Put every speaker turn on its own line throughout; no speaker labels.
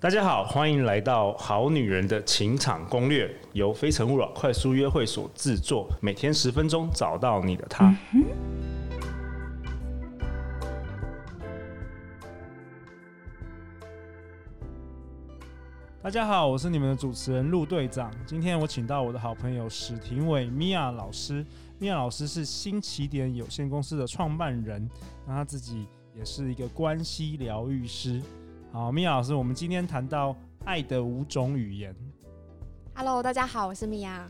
大家好，欢迎来到《好女人的情场攻略》，由非诚勿扰快速约会所制作，每天十分钟，找到你的他。大家好，我是你们的主持人陆队长。今天我请到我的好朋友史廷伟米娅老师。米娅老师是新起点有限公司的创办人，那他自己也是一个关系疗愈师。好，米娅老师，我们今天谈到爱的五种语言。
Hello，大家好，我是米娅。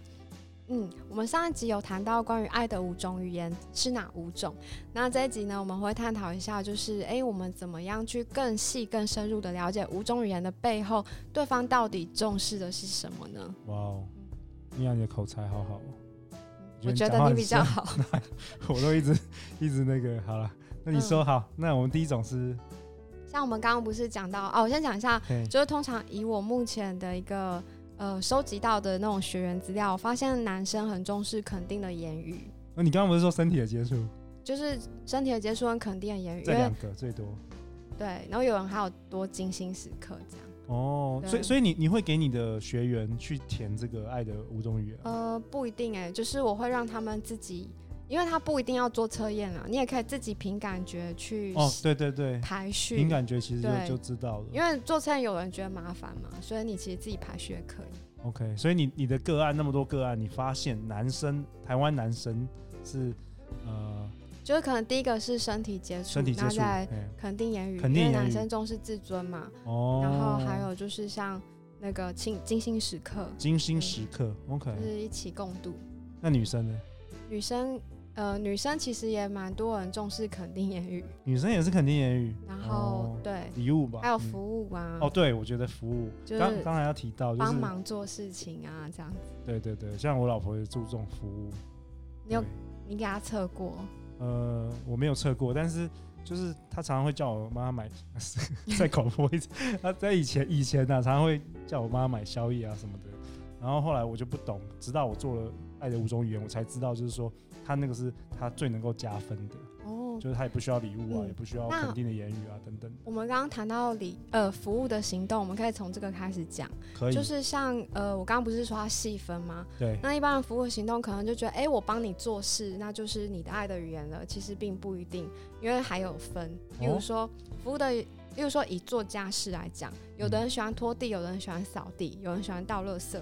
嗯，我们上一集有谈到关于爱的五种语言是哪五种，那这一集呢，我们会探讨一下，就是诶，我们怎么样去更细、更深入的了解五种语言的背后，对方到底重视的是什么呢？
哇哦，米娅你的口才好好哦，
嗯我觉得
讲话
你
很
比较好。
深， 我都一直 一直那个好了。那
嗯
你说好，那我们第一种是，
像我们刚刚不是讲到哦，我先讲一下
嘿
就是通常以我目前的一个呃收集到的那种学员资料，我发现男生很重视肯定的言语，
那你刚刚不是说身体的接触，
就是身体的接触跟肯定的言语，
这
因为
两个最多
对，然后有人还有多精心时刻这样。
哦。所以
对啊
所以你你会给你的学员去填这个爱的五种语言吗，
呃，不一定哎、就是我会让他们自己，因为他不一定要做测验啊啦，你也可以自己凭感觉去
哦，对对对，
排序。
凭感觉其实就
对
就知道了
因。为做测验有人觉得麻烦嘛，所以你其实自己排序也可以。
OK，所以你你的个案那么多个案，你发现男生台湾男生是呃
就是可能第一个是身体接触，
身体接
那
触，
再
哎
肯定言语，
肯定
因为
言
男
语
生重视自尊嘛，
哦，
然后还有就是像那个精精心时刻，
精心时刻，OK，
嗯就是一起共度。
那女生呢？
女生呃，女生其实也蛮多人重视肯定言语，
女生也是肯定言语，
然后、
哦
对，
礼物吧，
还有
嗯
服务啊，
哦，对，我觉得服务，
就是
刚刚才要提到，就
帮
是
忙做事情啊，这样子。
对对对，像我老婆也注重服务。
你有
对
你给他测过？
呃，我没有测过，但是就是她常常会叫我妈买，在广播一直，她在以前以前呢、啊，常常会叫我妈买宵夜啊什么的。然后后来我就不懂，直到我做了《爱的五种语言》，我才知道，就是说她那个是她最能够加分的，
哦，
就是她也不需要礼物啊，
嗯
也不需要
那
肯定的言语啊等等，
我们刚刚谈到礼呃服务的行动，我们可以从这个开始讲，
可以，
就是像呃我刚刚不是说他细分吗？
对，
那一般的服务行动可能就觉得，哎、我帮你做事，那就是你的爱的语言了。其实并不一定，因为还有分，比
哦
如说服务的，比如说以做家事来讲，有的
嗯
人喜欢拖地，有的人喜欢扫地，有人喜欢倒垃圾。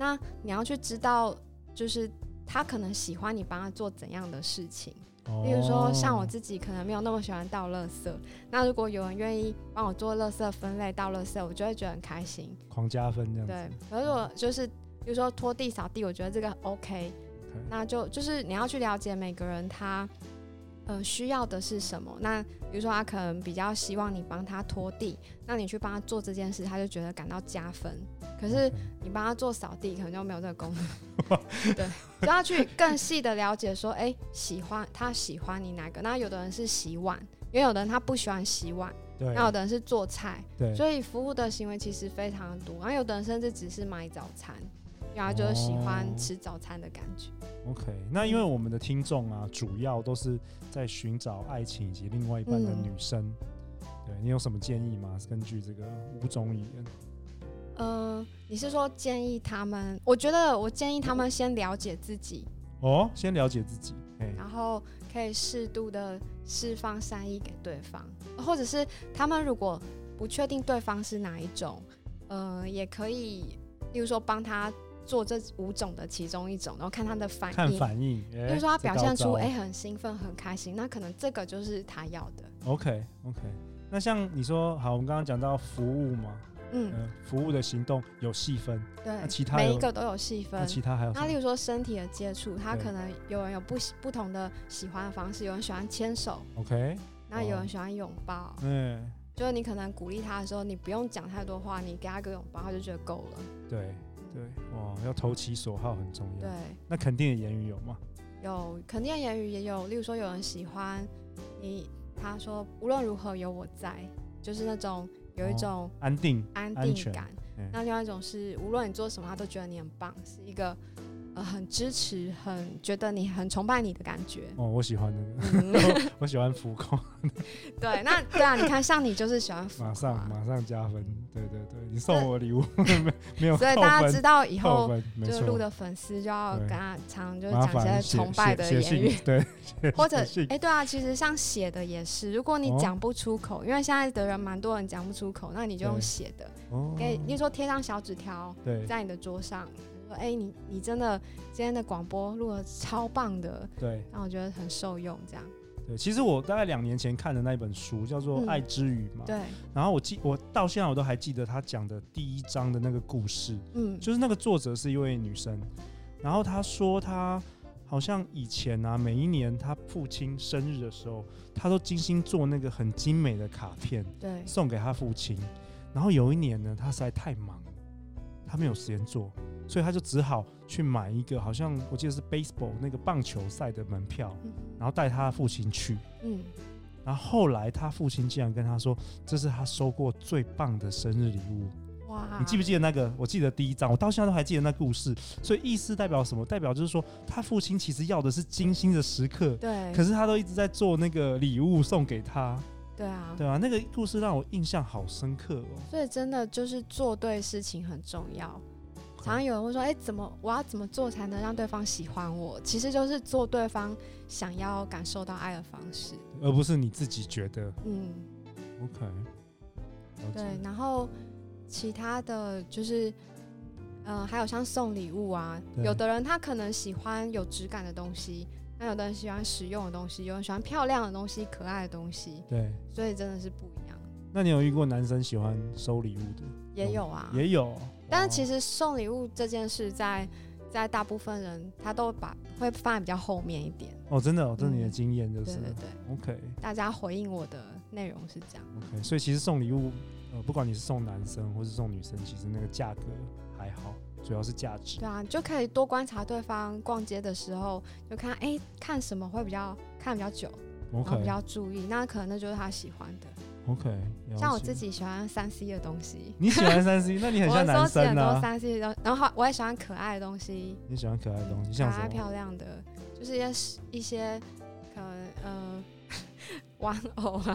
那你要去知道，就是他可能喜欢你帮他做怎样的事情。例如说，像我
哦
自己可能没有那么喜欢倒垃圾，那如果有人愿意帮我做垃圾分类、倒垃圾，我就会觉得很开心。
狂加分这样
对
子，，
可是我就是，比如说拖地、扫地，我觉得这个 OK，
OK
那就就是你要去了解每个人他呃需要的是什么。那比如说他可能比较希望你帮他拖地，那你去帮他做这件事，他就觉得感到加分。可是
OK
你帮他做扫地，可能就没有这个功能。 对，就要去更细的了解说，哎、喜欢他喜欢你哪个？那有的人是洗碗，因为有的人他不喜欢洗碗，
对，
那有的人是做菜。
对，
所以服务的行为其实非常多，然后有的人甚至只是买早餐，然后就是喜欢
哦
吃早餐的感觉。
OK，那因为我们的听众啊，主要都是在寻找爱情以及另外一半的
嗯
女生。对你有什么建议吗？根据这个五种语言，
呃，你是说建议他们？我觉得我建议他们先了解自己，
哦，先了解自己。哎，
然后可以适度的释放善意给对方，或者是他们如果不确定对方是哪一种，呃，也可以，例如说帮他做这五种的其中一种，然后看他的反
看
应。
反应。
比
比
如说他表现出哎、
哎
很兴奋很开心，那可能这个就是他要的。
，OK OK。那像你说，好，我们刚刚讲到服务嘛，
嗯
嗯、，服务的行动有细分，
对，
其他
每
有
一个都有细
那
分。
其他还有什
那例
么？
如说身体的接触，他
对
可能有人有不喜不同的喜欢的方式，有人喜欢牵手，
OK，
那有
哦
人喜欢拥抱。
嗯，
就是你可能鼓励他的时候，你不用讲太多话，你给他个拥抱，他就觉得够了。
对对，哇，要投其所好很重要。
对，
那肯定的言语有吗？
有肯定的言语也有，例如说有人喜欢你，他说无论如何有我在，就是那种有一
哦
种
安定，
安
安
定
全
感。
嗯
那另外一种是，无论你做什么，他都觉得你很棒，是一个呃很支持、很觉得你很崇拜你的感觉。
哦，我喜欢那个，
嗯
我喜欢浮空，
对，那对啊，你看像你就是喜欢浮
马
夸
上马上加分。对对对，你送我礼物 没没有扣
嗯所以
分？
大家知道以
扣
后
分，没
就是
错
录。的粉丝就要
对
跟他常常就是
麻
讲
烦
一些
写
崇拜
写
的
写
言语
信，，对，写
或者
写
哎、
信
对啊，其实像写的也是，如果你
哦
讲不出口，因为现在的人蛮多人讲不出口，那你就用
对
写的，
哦
给例如说贴张小纸条
对
在你的桌上，说哎、你你真的今天的广播录的超棒的，
对
让我觉得很受用，这样
对，其实我大概两年前看的那一本书叫做
嗯
《爱之语》嘛，
对，
然后我记我到现在我都还记得他讲的第一章的那个故事，
嗯，
就是那个作者是一位女生，然后她说她好像以前啊，每一年她父亲生日的时候，她都精心做那个很精美的卡片
对，
送给她父亲，然后有一年呢，她实在太忙了，她没有时间做，所以她就只好去买一个好像我记得是 baseball 那个棒球赛的门票，
嗯
然后带她的父亲去，
嗯，
然后后来他父亲竟然跟他说，这是他收过最棒的生日礼物。
哇，
你记不记得那个？我记得第一章，我到现在都还记得那故事。所以意思代表什么？代表就是说，他父亲其实要的是精心的时刻，
对，
可是他都一直在做那个礼物送给他，
对啊，
对啊，那个故事让我印象好深刻哦。
所以真的就是做对事情很重要。常常有人会说：“哎、怎么我要怎么做才能让对方喜欢我？”其实就是做对方想要感受到爱的方式。
而不是你自己觉得。
嗯，
OK，了解
对。然后其他的就是，嗯、还有像送礼物啊，
对
有的人他可能喜欢有质感的东西，那有的人喜欢实用的东西，有人喜欢漂亮的东西、可爱的东西，
对。
所以真的是不一样。
那你有遇过男生喜欢收礼物的？
也有啊，
也有。
但是其
实
实送礼物这件事在，在大部分人他都把会放在比较后面一点。
哦，真的、哦，这是你的
嗯
经验就
对
是
对对，
OK。
大家回应我的内容是这样。
OK，所以其实送礼物，呃，不管你是送男生或是送女生，其实那个价格还好，主要是价值
对。啊，就可以多观察对方逛街的时候，就看哎、诶看什么会比较看比较久，然后比
OK
较注意，那可能那就是他喜欢的。
OK，了
像我
解
自，己喜欢三 C 的东西，
你喜欢三 C，那你很
我
像
收
男
集很
生
多
啊。
三 C 的东，然后我也喜欢可爱的东西，
你喜欢可爱的东西，
可
像
爱
什么？
漂亮的，就是一些一些可能呃玩偶啊，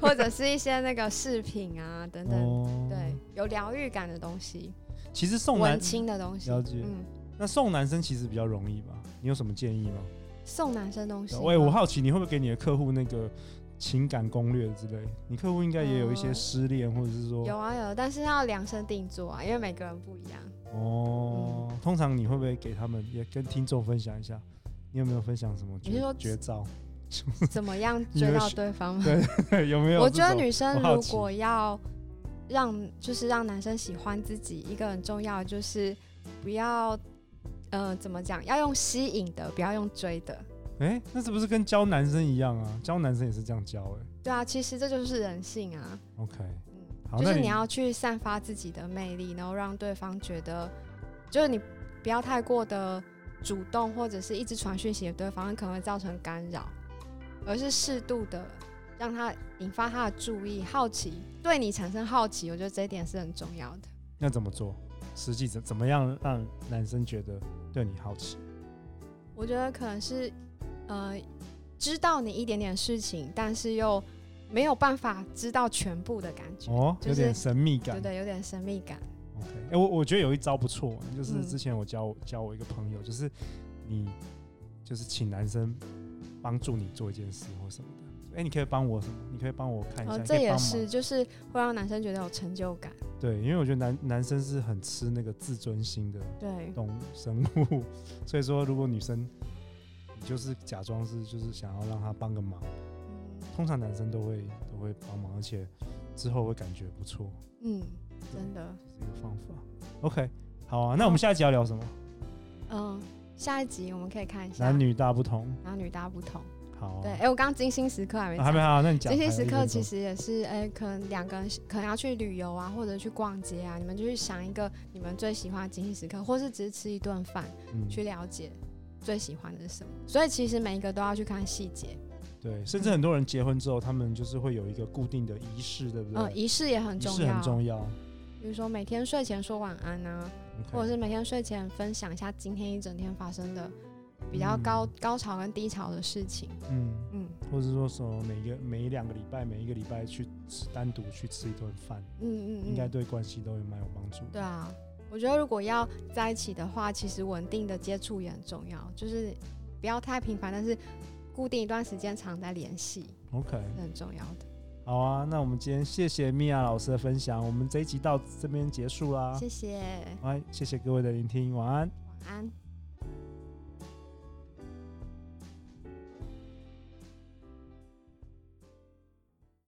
或者是一些那个饰品啊等等，
哦
对，，有疗愈感的东西，
其实送男
文青的东西，
了解
嗯，
那送男生其实比较容易吧？你有什么建议吗？
送男生东西吗，
喂，我好奇你会不会给你的客户那个情感攻略之类？你客户应该也有一些
呃
失恋，或者是说
有啊有，但是要量身定做啊，因为每个人不 一样。
哦，
嗯
通常你会不会给他们也跟听众分享一下？你有没有分享什么
你是
绝
说
绝招？
怎么样
你
追
有
到
是
对方吗？
有没有这种？
我觉得女生
我好
如
奇
果要让就是让男生喜欢自己，一个很重要的就是不要呃怎么讲，要用吸引的，不要用追的。
哎、那是不是跟教男生一样啊？教男生也是这样教哎、
对啊，其实这就是人性啊，
OK，
嗯，
好，
就
那
是你要去散发自己的魅力，然后让对方觉得，就是你不要太过的主动，或者是一直传讯息给对方，可能会造成干扰，而是适度的让他引发他的注意、好奇，对你产生好奇，我觉得这一点是很重要的。
要怎么做？实际怎怎么样让男生觉得对你好奇？
我觉得可能是，呃，知道你一点点事情，但是又没有办法知道全部的感觉，
哦，
就
有
是
点神秘
对
感。
不对？有点神秘感。
OK，哎、我我觉得有一招不错，就是
嗯
之前我教我教我一个朋友，就是你就是请男生帮助你做一件事或什么的。哎、你可以帮我什么？你可以帮我看一下，
哦，
你可
这
以
也
帮忙
是，就是会让男生觉得有成就感。
对，因为我觉得男男生是很吃那个自尊心的
对，
动物生物，所以说如果女生你就是假装是就是想要让她帮个忙，通常男生都会都会帮忙，而且之后会感觉不错，
嗯，真的，
这是一个方法。OK，好啊，那我们下一集要聊什么？
嗯，下一集我们可以看一下
男女大不同。
男女大不同。
好、啊，
对，哎、我刚刚金星时刻还没
啊
讲。
还没好，那你讲。
金星时刻其
实
实也是，哎、可能两个人可能要去旅游啊，或者去逛街啊，你们就去想一个你们最喜欢的金星时刻，或是只是吃一顿饭，
嗯，
去了解最喜欢的是什么。所以其实每一个都要去看细节，
对，甚至很多人结婚之后，他们就是会有一个固定的仪式，对不对？
嗯，仪式也很
仪
重
式
要。
很重要。
比比如说每天睡前说晚安啊， 或者是每天睡前分享一下今天一整天发生的比较高、
嗯
高潮跟低潮的事情。
嗯，
嗯
或者说什么每个每一两个礼拜，每一个礼拜去吃单独去吃一顿饭，
嗯嗯嗯，
应该对关系都有蛮有帮助的。
对啊，我觉得如果要在一起的话，其实稳定的接触也很重要，就是不要太频繁，但是固定一段时间常在联系
OK，
是很重要的。
好啊，那我们今天谢谢米娅老师的分享，我们这一集到这边结束啦。
谢谢，
好，谢谢各位的聆听，晚安。
晚安。